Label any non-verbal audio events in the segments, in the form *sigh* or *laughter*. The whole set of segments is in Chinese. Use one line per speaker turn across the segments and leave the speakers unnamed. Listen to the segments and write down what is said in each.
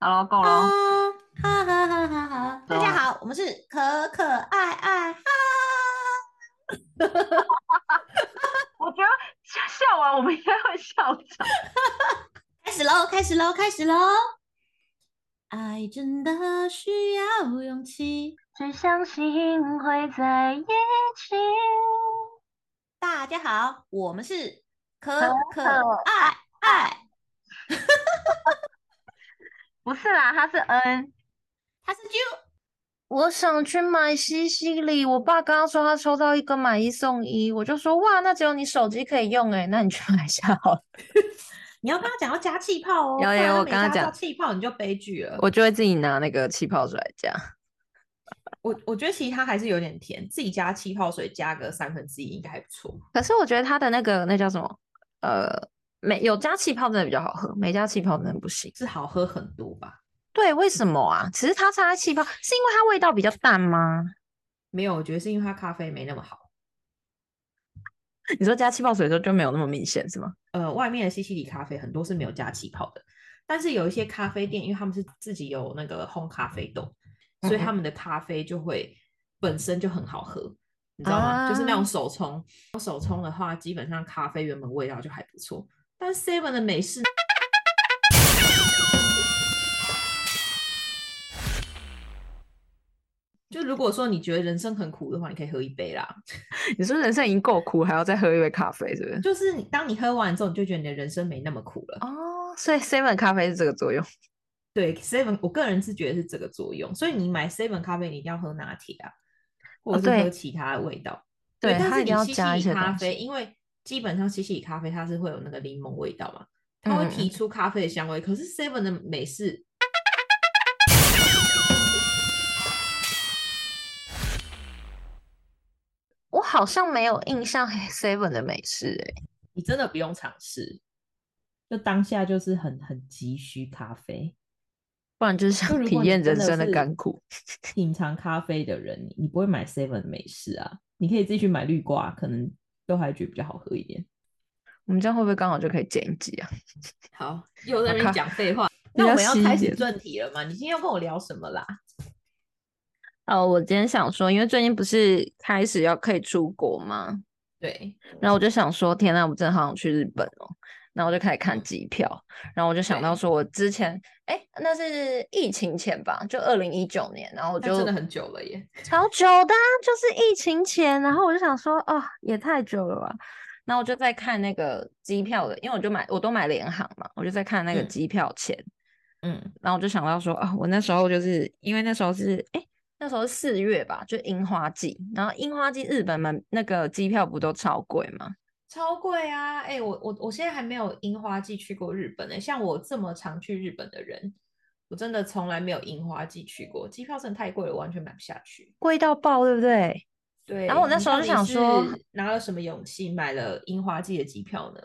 好了，够
*laughs*
啊
了。，
哈哈哈哈哈！大家好，我们是可可爱爱哈。
我觉得笑完我们应该会笑
*laughs*
场。
开始喽，开始喽，开始喽！爱真的需要勇气。
只相信会在一起。
大家好，我们是可可
可
爱爱，
不是啦，他是 N。
他是 j
我想去买西西里，我爸刚刚说他抽到一个买一送一，我就说哇，那只有你手机可以用诶，那你去买一下好了。 *laughs*
你要跟他讲要加气泡哦，
有
不然
有
他
我
没
跟他
加到
讲
气泡，你就悲剧了。
我就会自己拿那个气泡水来加。
我我觉得其实它还是有点甜，自己加气泡水加个三分之一应该还不错。
可是我觉得它的那个那叫什么，呃，没有加气泡真的比较好喝，没加气泡真的不行。
是好喝很多吧？
对，为什么啊？其实它加气泡是因为它味道比较淡吗？
没有，我觉得是因为它咖啡没那么好。
你说加气泡水的时候就没有那么明显是吗？ *laughs*
呃，外面的西西里咖啡很多是没有加气泡的，但是有一些咖啡店，因为他们是自己有那个烘咖啡豆，所以他们的咖啡就会本身就很好喝，你知道吗？就是那种
啊
手冲，手冲的话，基本上咖啡原本味道就还不错，但 Seven 的美式就如果说你觉得人生很苦的话，你可以喝一杯啦。
你说人生已经够苦，还要再喝一杯咖啡，是不是？
就是你当你喝完之后，你就觉得你的人生没那么苦了。
哦，所以 Seven 咖啡是这个作用。
对，seven，我个人是觉得是这个作用，所以你买 seven 咖啡，你一定要喝拿铁啊，或
哦
者是喝
对
其他的味道。
对
但
它
是
一
你
定要
西西
加一
里
些
咖
东西
啡，因为基本上西西里咖啡它是会有那个柠檬味道嘛，它
嗯
会提出咖啡的香味。可是 seven 的美式，
我好像没有印象 Seven 的美式诶。
你真的不用尝试，就当下就是很很急需咖啡。
不然就是
就
想
如
体
果你
验人
真
生的
是
甘苦。 *laughs*
品尝咖啡的人，你你不会买 seven 美式啊，你可以自己去买绿瓜，可能都还觉得比较好喝一点。
我们这样会不会刚好就可以剪一集啊？
好，又在那
好
边
看
讲废话。
比
那我
较
们要
细
开
一
始
点
正题了吗？你今天要跟我聊什么啦？
呃，我今天想说，因为最近不是开始要可以出国吗？
对，
然后我就想说，天呐，我真的好想去日本哦。然后我就开始看
嗯
机票，然后我就想到
对
说，我之前哎，那是疫情前吧，就二零一九年，然后我
那
就
真的很久了耶。
超久的啊、就是疫情前，然后我就想说，哦，也太久了吧。然后我就在看那个机票的，因为我就买我都买联航嘛，我就在看那个
嗯
机票钱，
嗯，
然后我就想到说啊，我那时候就是因为那时候是哎，那时候是四月吧，就樱花季，然后樱花季日本门那个机票不都超贵吗？
超贵啊！哎、我我我现在还没有樱花季去过日本呢、像我这么常去日本的人，我真的从来没有樱花季去过，机票真的太贵了，我完全买不下去。
贵到爆，对不对？
对，
然后我那
你
时候
到
就
底
想说
是哪有什么勇气买了樱花季的机票呢？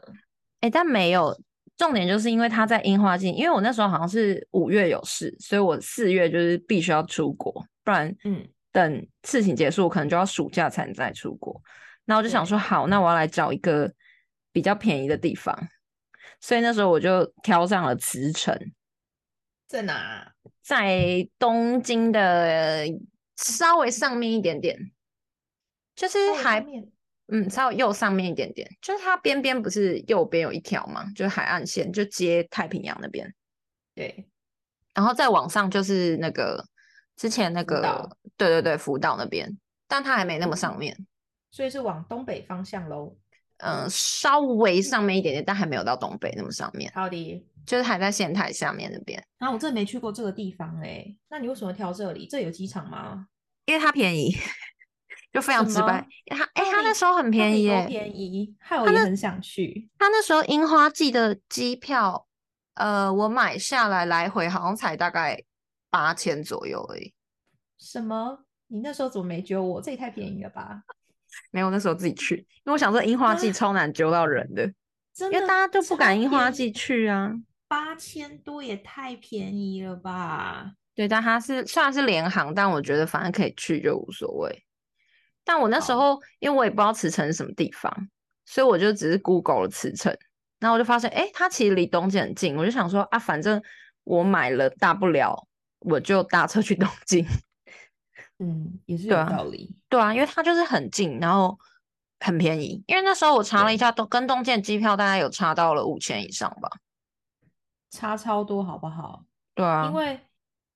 哎，但没有。重点就是因为他在樱花季，因为我那时候好像是五月有事，所以我四月就是必须要出国，不然
嗯，
等事情结束，我可能就要暑假才能再出国。那我就想
对
说，好，那我要来找一个比较便宜的地方。所以那时候我就挑上了茨城，
在哪啊？
在东京的稍微上面一点点，就是
哦
还
上面
嗯稍微右上面一点点，就是它边边不是右边有一条嘛，就是海岸线，就接太平洋那边。
对，
然后再往上就是那个之前那
福岛
个，对对对，福岛那边，但它还没那么上
嗯
面，
所以是往东北方向喽。
嗯、稍微上面一点点，但还没有到东北那么上面，
好的。
就是还在仙台下面那边，
啊，我真的没去过这个地方哎、那你为什么挑这里？这有机场吗？
因为它便宜， *laughs* 就非常
什
直白
么。
它哎、
到
它那
底
时候很便宜
到
耶、
底多便宜，害我也很想去。
它那时候樱花季的机票，呃，我买下来来回好像才大概八千左右而已。
什么？你那时候怎么没揪我？这也太便宜了吧！
没有，那时候自己去，因为我想说樱花季
啊
超难揪到人的，
真
因为
的
大家就不敢樱花季
去，
去啊。
八千多也太便宜了吧？
对，但它是虽然是联航，但我觉得反正可以去就无所谓。但我那时
好
候因为我也不知道茨城是什么地方，所以我就只是 Google 了茨城，然后我就发现，哎，它其实离东京很近，我就想说啊，反正我买了，大不了我就搭车去东京。 *laughs*
嗯，也是有
对啊
道理。
对啊，因为它就是很近，然后很便宜。因为那时候我查了一下，东跟东京的机票大概有差到了五千以上吧。
差超多，好不好？
对啊
因，为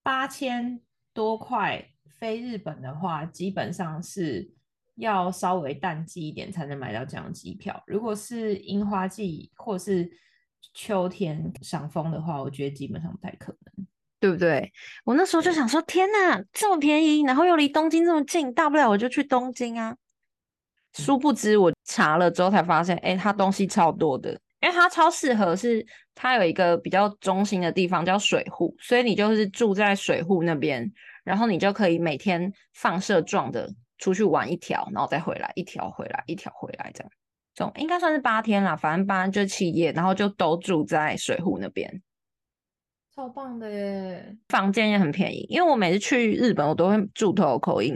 八千多块飞日本的话，基本上是要稍微淡季一点才能买到这样的机票。如果是樱花季或是秋天赏枫的话，我觉得基本上不太可能。
对不对？我那时候就想说，天呐，这么便宜，然后又离东京这么近，大不了我就去东京啊。殊不知我查了之后才发现，哎，它东西超多的，因为它超适合是它有一个比较中心的地方叫水户，所以你就是住在水户那边，然后你就可以每天放射状的出去玩一条，然后再回来一条回来一条回来这样。总应该算是八天啦，反正八就七夜，然后就都住在水户那边。
超棒的耶！
房间也很便宜，因为我每次去日本，我都会住头口印，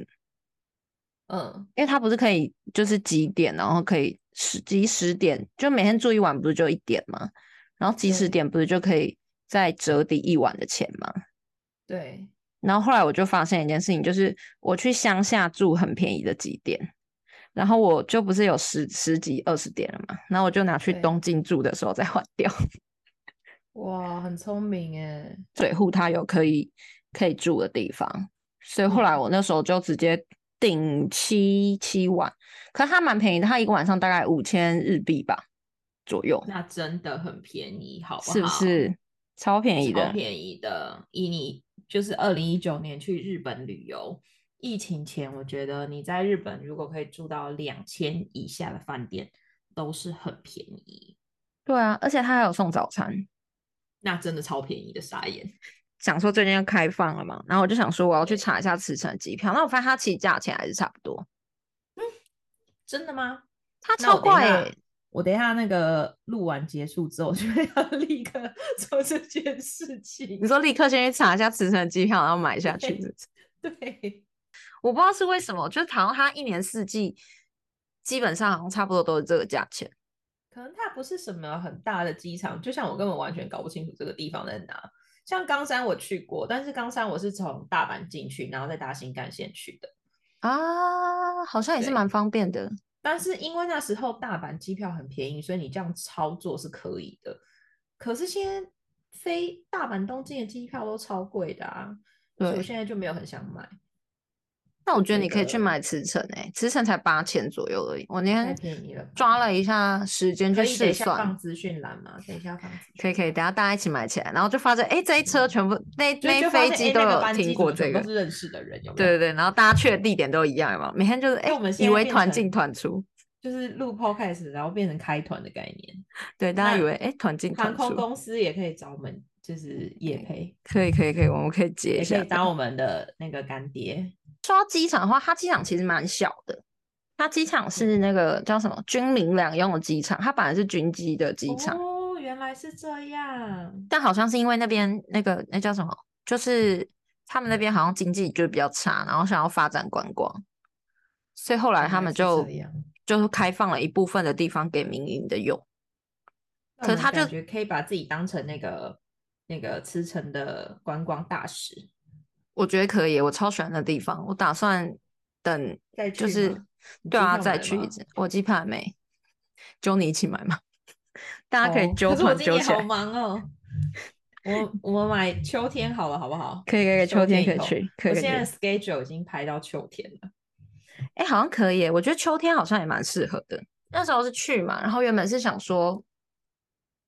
嗯，
因为它不是可以就是几点，然后可以十几十点，就每天住一晚，不是就一点吗？然后几十
对
点不是就可以再折抵一晚的钱吗？
对，
然后后来我就发现一件事情，就是我去乡下住很便宜的几点，然后我就不是有十十几二十点了嘛，然后我就拿去
对
东京住的时候再还掉。
哇，很聪明哎。
水户它有可以可以住的地方，所以后来
嗯
我那时候就直接订七七晚，可是它蛮便宜的，它一个晚上大概五千日币吧左右，
那真的很便宜，好不好？
是不？是超便宜
超
的？
便宜的。以你就是二零一九年去日本旅游，疫情前，我觉得你在日本如果可以住到两千以下的饭店，都是很便宜，
对啊，而且它还有送早餐。
那真的超便宜的，傻眼。
想说最近要开放了嘛，然后我就想说我要去查一下茨城的机票，那我发现它其实价钱还是差不多，
真的吗？
它
那
超
我等一
怪
下
欸
我等一下那个录完结束之后，我就要立刻 *laughs* 做这件事情
你。说立刻先去查一下茨城的机票，然后买下去
对
是不是
对，
我不知道是为什么，就是好像它一年四季基本上好像差不多都是这个价钱。
可能它不是什么很大的机场，就像我根本完全搞不清楚这个地方在哪。像冈山我去过，但是冈山我是从大阪进去，然后再搭新干线去的。
啊，好像也是
对
蛮方便的。
但是因为那时候大阪机票很便宜，所以你这样操作是可以的。可是现在飞大阪东京的机票都超贵的啊，所以我
对
现在就没有很想买，
那我
就
觉得
觉
你可以去
得
买驰骋诶，驰骋才八千左右而已。我那
太
天
便宜了吧。
抓了一下时间
可
去
以等一
试
下
算
放，资讯栏嘛？等一下放资讯
可以可以，等一下大家一起买起来，然后就发现哎，诶这一车全部那
就
那
就
一
发
飞
现
机
诶
都
那个
有
班机
听
怎么
过
全
这
部
个，
都是认识的人，有没
对
有？
对对，然后大家去的地点都一样有没有？每天就是哎，
我们
诶
现
以
在
为
变
团
成
进团出，
就是录 podcast，然后变成开团的概念。
对，大家以
那
为哎团进
航
团
空
出，
公司也可以找我们，就是业配，
可以可以可以，我们可以接一
也
下
可以
的。
当我们的那个干爹。
说到机场的话，它机场其实蛮小的。它机场是那个叫什么军民两用的机场，它本来是军机的机场，
哦，原来是这样。
但好像是因为那边那个那叫什么，就是他们那边好像经济就比较差，然后想要发展观光，所以后来
原
他
来
们
是这
就
样
就是开放了一部分的地方给民营的用。
那
可
我
是
们
他就
感觉可以把自己当成那个那个驰骋的观光大使，
我觉得可以，我超喜欢那地方，我打算等
再去
就是
吗你
对
机
啊
票
再
买了
去一
吗
次。我机票还没，揪你一起买嘛， *laughs* 大家可以
哦
揪
可是我
团
今
揪
年
起
好
来。*laughs*
忙哦。我我们买秋天好了，好不好？
可以可以，可以秋天
以
可以
后
去，可以
我
可以。
现在的 schedule 已经排到秋天了。
哎、诶好像可以耶，我觉得秋天好像也蛮适合的。那时候是去嘛，然后原本是想说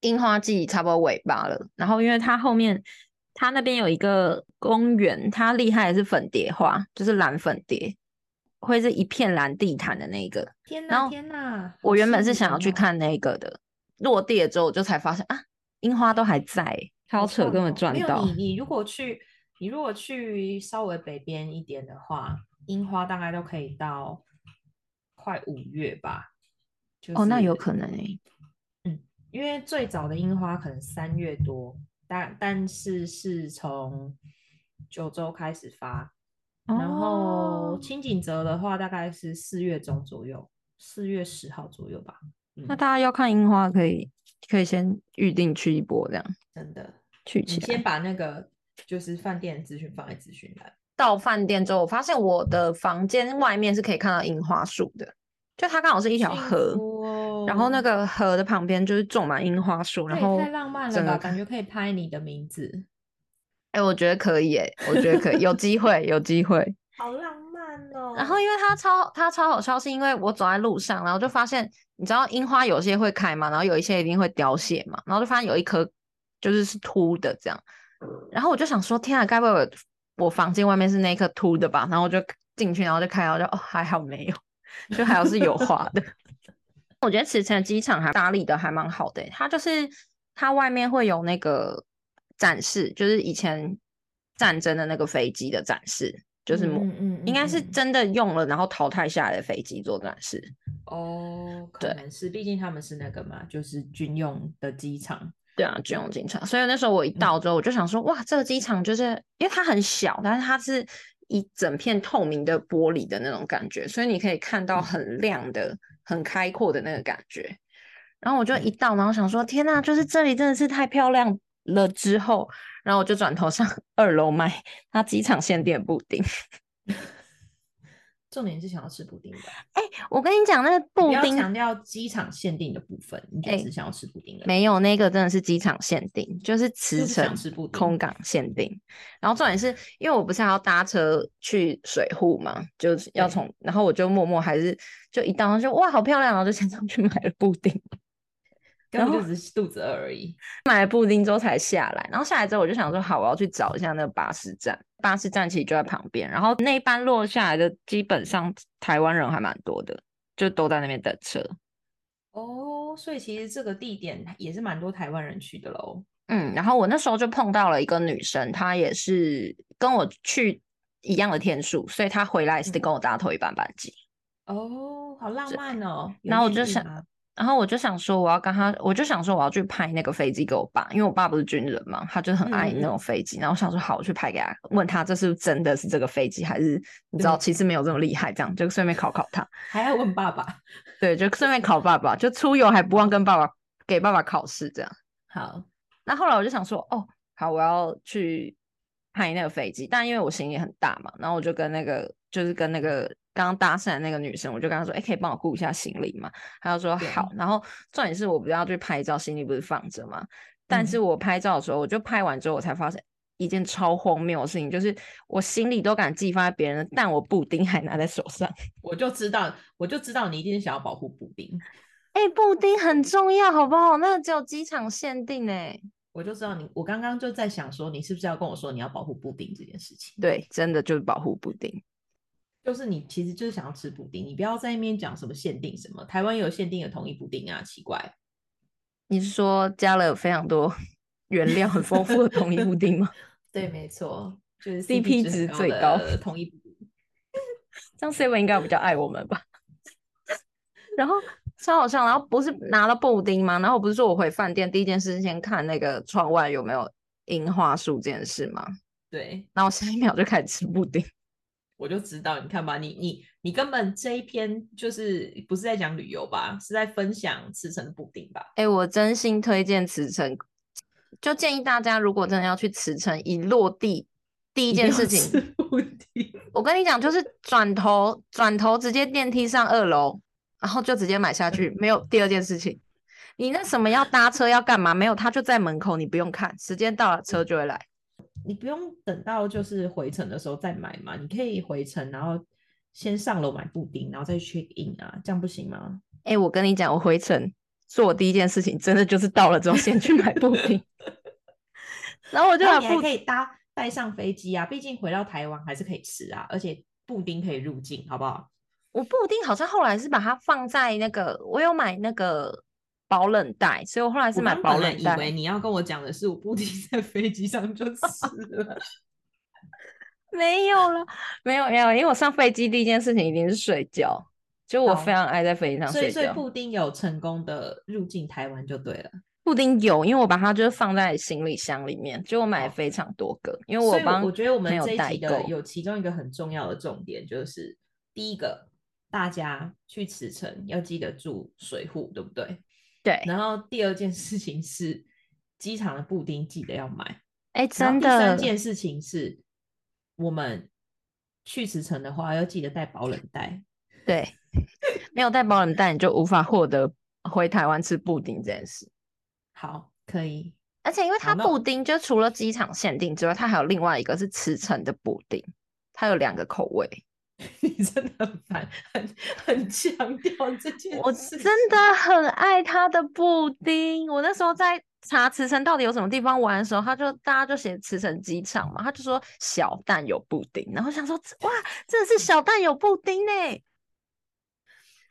樱花季差不多尾巴了，然后因为它后面它那边有一个公园，它厉害的是粉蝶花，就是蓝粉蝶，会是一片蓝地毯的那一个。
天
然
哪，
后
天哪！好
我原本
吸
是想
引
要去
哦，
看那个的，落地了之后我就才发现啊，樱花都还在耶，超
好
扯，
棒
根本
哦
赚
没有
到。
你，你如果去，你如果去稍微北边一点的话，樱花大概都可以到快五月吧。就
哦，那有
是
可能哎，
因为最早的樱花可能三月多，但但是是从九州开始发，然后
哦
青井泽的话大概是四月中左右，四月十号左右吧。
那
嗯，
大家要看樱花，可以可以先预定去一波这样。
真的
去
你
起来
先。把那个就是饭店的资讯放在资讯栏。
到饭店之后，我发现我的房间外面是可以看到樱花树的，就它刚好是一条
幸
河，
福哦
然后那个河的旁边就是种满樱花树，
这
然
也
后
太浪漫了
整个
吧，
看
感觉可以拍你的名字，
哎、我觉得可以、哎，我觉得可以，有机会，有机会。
好浪漫哦
然后因为它超它超好笑，是因为我走在路上，然后就发现，你知道樱花有些会开嘛，然后有一些一定会凋谢嘛，然后就发现有一颗就是是秃的这样，然后我就想说，天啊，该不会我我房间外面是那一颗秃的吧？然后我就进去，然后就看到就哦还好没有，就还好是有花的。 *laughs* 我觉得慈城机场还打理的还蛮好的欸、它就是它外面会有那个展示，就是以前战争的那个飞机的展示，就是模
嗯嗯
应该是
嗯
真的用了，然后淘汰下来的飞机做展示。
哦，可
对
能是，毕竟他们是那个嘛，就是军用的机场，
对啊，军用机场。所以那时候我一到之后，我就想说，哇，这个机场就是因为它很小，但是它是一整片透明的玻璃的那种感觉，所以你可以看
嗯
到很亮的、很开阔的那个感觉。然后我就
嗯
一到，然后想说，天呐，就是这里真的是太漂亮了。之后，然后我就转头上 *laughs* 二楼买它机场限定的布丁。
重点是想要吃布丁吧？
我跟你讲，那个布
不要
丁
强调机场限定的部分，你就
哎
只想要吃布丁了。
没有，那个真的是机场限定，就是
就
驰
是想
骋
吃布丁
空港限定。然后重点是因为我不是还要搭车去水户嘛，就是要
对
从，然后我就默默还是就一到就哇好漂亮，然后就先上去 *laughs* 买了布丁，
根本
然
就只是肚子饿而已。
买了布丁之后才下来，然后下来之后我就想说好，我要去找一下那个巴士站，巴士站其实就在旁边，然后那一班落下来的基本上台湾人还蛮多的，就都在那边等车。
哦，所以其实这个地点也是蛮多台湾人去的喽。
嗯，然后我那时候就碰到了一个女生，她也是跟我去一样的天数，所以她回来是
嗯
跟我搭同一班班机。
哦，好浪漫哦。有
然后我
艳
就
遇
想
吗
然后我就想说，我要跟她，我就想说我要去拍那个飞机给我爸，因为我爸不是军人嘛，他就很爱
嗯嗯
那种飞机。然后我想说，好，我去拍给他，问他这是不是真的是这个飞机，还是你知道
对
其实没有这么厉害，这样就顺便考考他。
*laughs* 还要问爸爸。
对，就顺便考爸爸，就出游还不忘跟爸爸给爸爸考试这样。
好，
那后来我就想说，哦，好，我要去拍那个飞机，但因为我行李很大嘛，然后我就跟那个就是跟那个刚刚搭讪的那个女生，我就跟她说，哎、可以帮我顾一下行李吗？她就说
对
好。然后重点是我不是要去拍照，行李不是放着吗？但是
嗯
我拍照的时候，我就拍完之后，我才发现一件超荒谬的事情，就是我行李都敢寄放在别人的，但我布丁还拿在手上。
我就知道，我就知道你一定想要保护布丁，
哎、布丁很重要，好不好？那个只有机场限定哎、
我就知道你。我刚刚就在想说，你是不是要跟我说你要保护布丁这件事情？
对，真的就是保护布丁。
就是你其实就是想要吃布丁，你不要在那边讲什么限定什么，台湾有限定的统一布丁啊，奇怪。
你是说加了非常多 *laughs* 原料很丰富的统一布丁吗？
对，没错，就是
CP
很
值最高
的 *laughs* 统一布丁。
*laughs* 这样 Seven 应该比较爱我们吧？ *laughs* 然后超好笑，然后不是拿了布丁吗？然后不是说我回饭店第一件事是先看那个窗外有没有樱花树这件事吗？
对，
然后下一秒就开始吃布丁。
我就知道，你看吧，你你你根本这一篇就是不是在讲旅游吧，是在分享吃成布丁吧？
哎、我真心推荐慈城，就建议大家如果真的要去慈城，一落地第一
一
件
定要
事情
吃布丁，
我跟你讲，就是转头转头直接电梯上二楼，然后就直接买下去，没有第二件事情。你那什么要搭车要干嘛？没有，他就在门口，你不用看，时间到了车就会来。
你不用等到就是回程的时候再买嘛，你可以回程然后先上楼买布丁，然后再 check in 啊，这样不行吗？
哎、我跟你讲，我回程做我第一件事情，真的就是到了之后先去买布
*laughs*
丁，然后我就
然
把
后你还
布
可以搭带上飞机啊，毕竟回到台湾还是可以吃啊，而且布丁可以入境，好不好？
我布丁好像后来是把它放在那个，我有买那个保冷袋，所以我后来是
我
买
刚
保
本来
冷欸
以
袋。
为你要跟我讲的是我布丁在飞机上就吃
*laughs*
了，
没有了，没有没有，因为我上飞机第一件事情一定是睡觉，就我非
好
常爱在飞机上
所以
睡
所以
觉。
布丁有成功的入境台湾就对了。
布丁有，因为我把它就是放在行李箱里面，就我买了
好
非常多个，因为
所
我
以
帮
我觉得我们
朋友
这一
代
集的
购
有其中一个很重要的重点就是，第一个大家去茨城要记得住水户，对不对？
对
然后第二件事情是机场的布丁记得要买。
哎、
然
真
后第三
的，
件事情是，我们去驰城的话要记得带保冷袋。
对，没有带保冷袋你就无法获得回台湾吃布丁这件事。
好，可以。 *laughs*
而且因为它
好那
布丁就除了机场限定之外，它还有另外一个是驰骋的布丁，它有两个口味。
你真的很烦，很很强调这件事。
我真的很爱它的布丁。我那时候在查茨城到底有什么地方玩的时候，他就大家就写茨城机场嘛，他就说小蛋有布丁，然后想说哇，真的是小蛋有布丁呢，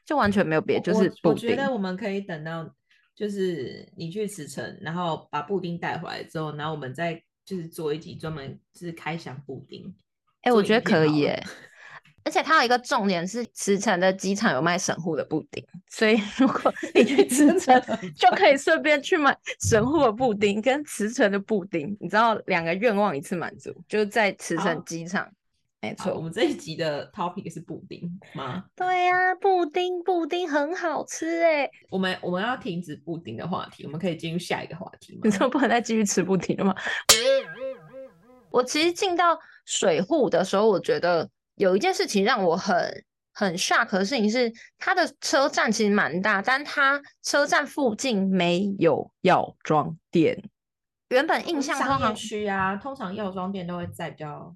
就完全没有别，就
我
是
我
布
觉
丁。
得我们可以等到，就是你去驰骋，然后把布丁带回来之后，然后我们再就是做一集专门就是开箱布丁。
*laughs* 哎、我
做
觉得
影片
可
好
以
了
哎。而且它有一个重点是，茨城的机场有卖神户的布丁，所以如
*laughs*
果你去茨
真 *laughs*
城
的，很
就可以顺便去买神户的布丁跟茨城的布丁，你知道两个愿望一次满足，就是在茨
好
城机场，没
好，我
错。
们这一集的 topic 是布丁吗？
对呀、布丁布丁很好吃哎、
我们我们要停止布丁的话题，我们可以进入下一个话题吗？
你就不能再继续吃布丁了吗？ *laughs* 我其实进到水户的时候，我觉得有一件事情让我很很 shock 的事情是，它的车站其实蛮大，但它车站附近没有药妆店。原本印
印
象
象
中
商
好
业
像
区啊，通常药妆店都会在比较，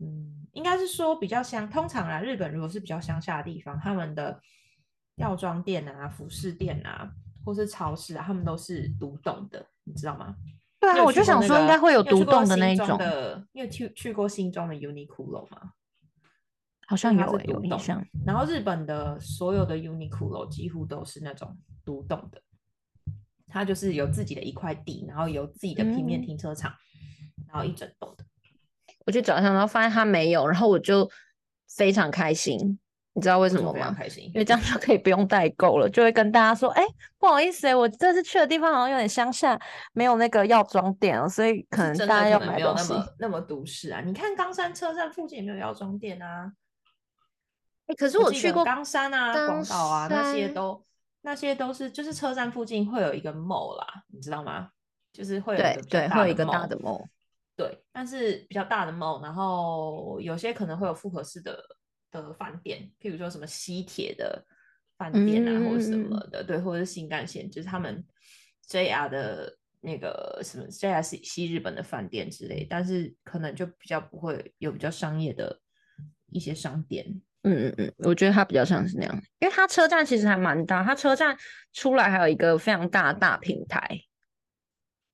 嗯，应该是说比较乡，通常啦，日本如果是比较乡下的地方，他们的药妆店啊、服饰店啊，或是超市啊，他们都是独栋的，你知道吗？
对啊，
你有
我就
去
想
过那
说
个
应该会有
你去
独
过
栋的
新
那一
庄
种，
的，你有去去过新庄的 Uniqlo 吗？
好像
它
有欸
是
有
独
印
栋
象。
然后日本的所有的 Uniqlo 几乎都是那种独栋的，它就是有自己的一块地，然后有自己的平面
嗯
停车场，然后一整栋的。
我去找一下，然后发现它没有，然后我就非常开心。你知道为
为
什
什
么
么非常
吗？
开心
因？为这样就可以不用代购了，就会跟大家说，哎、不好意思、欸，我这次去的地方好像有点乡下，没有那个药妆店哦，所以可能
是真的
大家要
*laughs* 可能
买
没有
东
那
西。
么那么都市啊！你看冈山车站附近也没有药妆店啊，
哎、可是
我
我
记
去
得
过，
冈山啊、广
冈
岛啊那些
山
都那些都是就是车站附近会有一个 mall 啦，你知道吗？就是会有一
对
个比较
对，
大
会有
的
一个大
mall
的 mall。
对，但是比较大的 mall，然后有些可能会有复合式的的饭店，譬如说什么西铁的饭店啊，或者什
嗯嗯嗯
么的，对，或者是新干线，就是他们 JR 的那个什么 JR 西西日本的饭店之类，但是可能就比较不会有比较商业的一些商店。
嗯嗯嗯，我觉得它比较像是那样，因为它车站其实还蛮大，它车站出来还有一个非常大的大平台，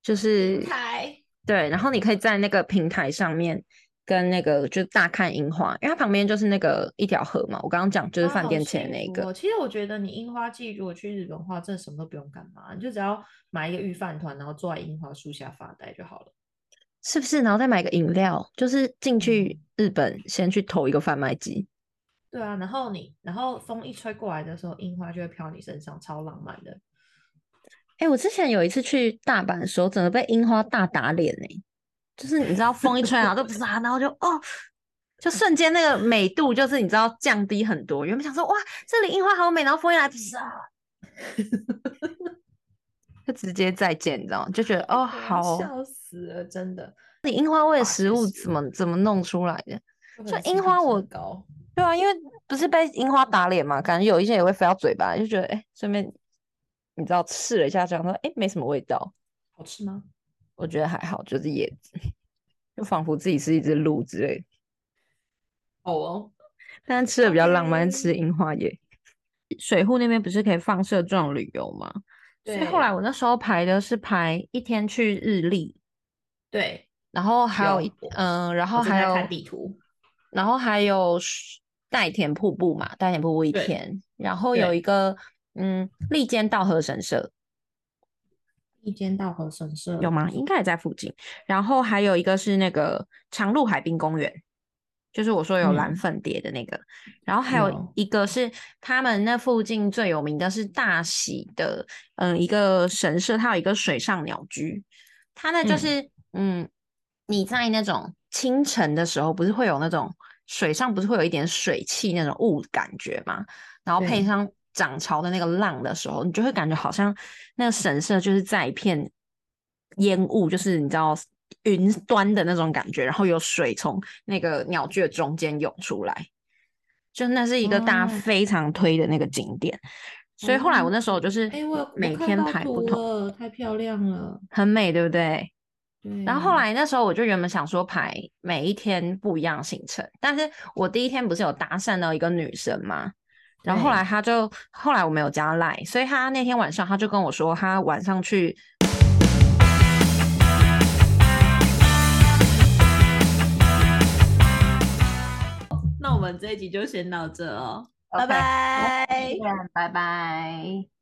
就是
台
对，然后你可以在那个平台上面跟那个就大看樱花，因为它旁边就是那个一条河嘛，我刚刚讲就是
啊
饭
好
店前
幸
那
福
个。
哦其实我觉得你樱花季如果去日本的话，真的什么都不用干嘛，你就只要买一个御饭团，然后坐在樱花树下发呆就好了。
是不是？然后再买个饮料，就是进去
嗯
日本先去投一个贩卖机。
对啊，然后你，然后风一吹过来的时候，樱花就会飘你身上，超浪漫的。
哎、我之前有一次去大阪的时候，整个被樱花大打脸呢、就是你知道风一吹，然后就不是啊，然后就哦，就瞬间那个美度就是你知道降低很多。原本想说哇，这里樱花好美，然后风一来，不是啊， *laughs* 就直接再见，你知道吗？就觉得哦，
我要
好，
啊笑死了，真的。
你樱花味的
哇
食
确
物
实
怎么怎么弄出来的？
有可
就
能
樱
CP
花
值
我
很高，
对啊，因为不是被樱花打脸嘛，感觉有一些也会飞到嘴巴，就觉得哎，诶顺便你知道试了一下，想说哎没什么味道，
好吃吗？
我觉得还好，就是叶子， *laughs* 就仿佛自己是一只鹿之类的。
哦哦，
但是吃的比较浪漫，吃
OK
樱花叶。水户那边不是可以放射状旅游吗？所以后来
对
我那时候排的是排一天去日历，
对，
然后还有一
有
嗯、然后
我正
还
在
有
看地图，
然后还有是代田瀑布嘛，代田瀑布一
对
天，然后有
对
一个嗯利间稻荷神社
一间稻荷神社
有吗？应该也在附近。然后还有一个是那个长鹿海滨公园，就是我说有蓝
嗯
粉蝶的那个。然后还有
有
一个是他们那附近最有名的是大喜的，嗯、一个神社，它有一个水上鸟居，它呢就
嗯
是嗯你在那种清晨的时候，不是会有那种水上不是会有一点水汽那种雾感觉吗？然后配
对
上涨潮的那个浪的时候，你就会感觉好像那个神社就是在一片烟雾，就是你知道云端的那种感觉，然后有水从那个鸟居的中间涌出来，就那是一个大家
哦
非常推的那个景点。所以后来我那时候就是
哎、我我
每
看
天
到
排不
图
同，
了，太漂亮了。
很美，对不对？
对，啊
然后后来那时候我就原本想说排每一天不一样的行程，但是我第一天不是有搭讪到一个女生嘛，然后后
对
来她就后来我没有加赖，所以她那天晚上她就跟我说她晚上去，
那我们这一集就先到这哦，拜哦
OK，
拜。
拜拜。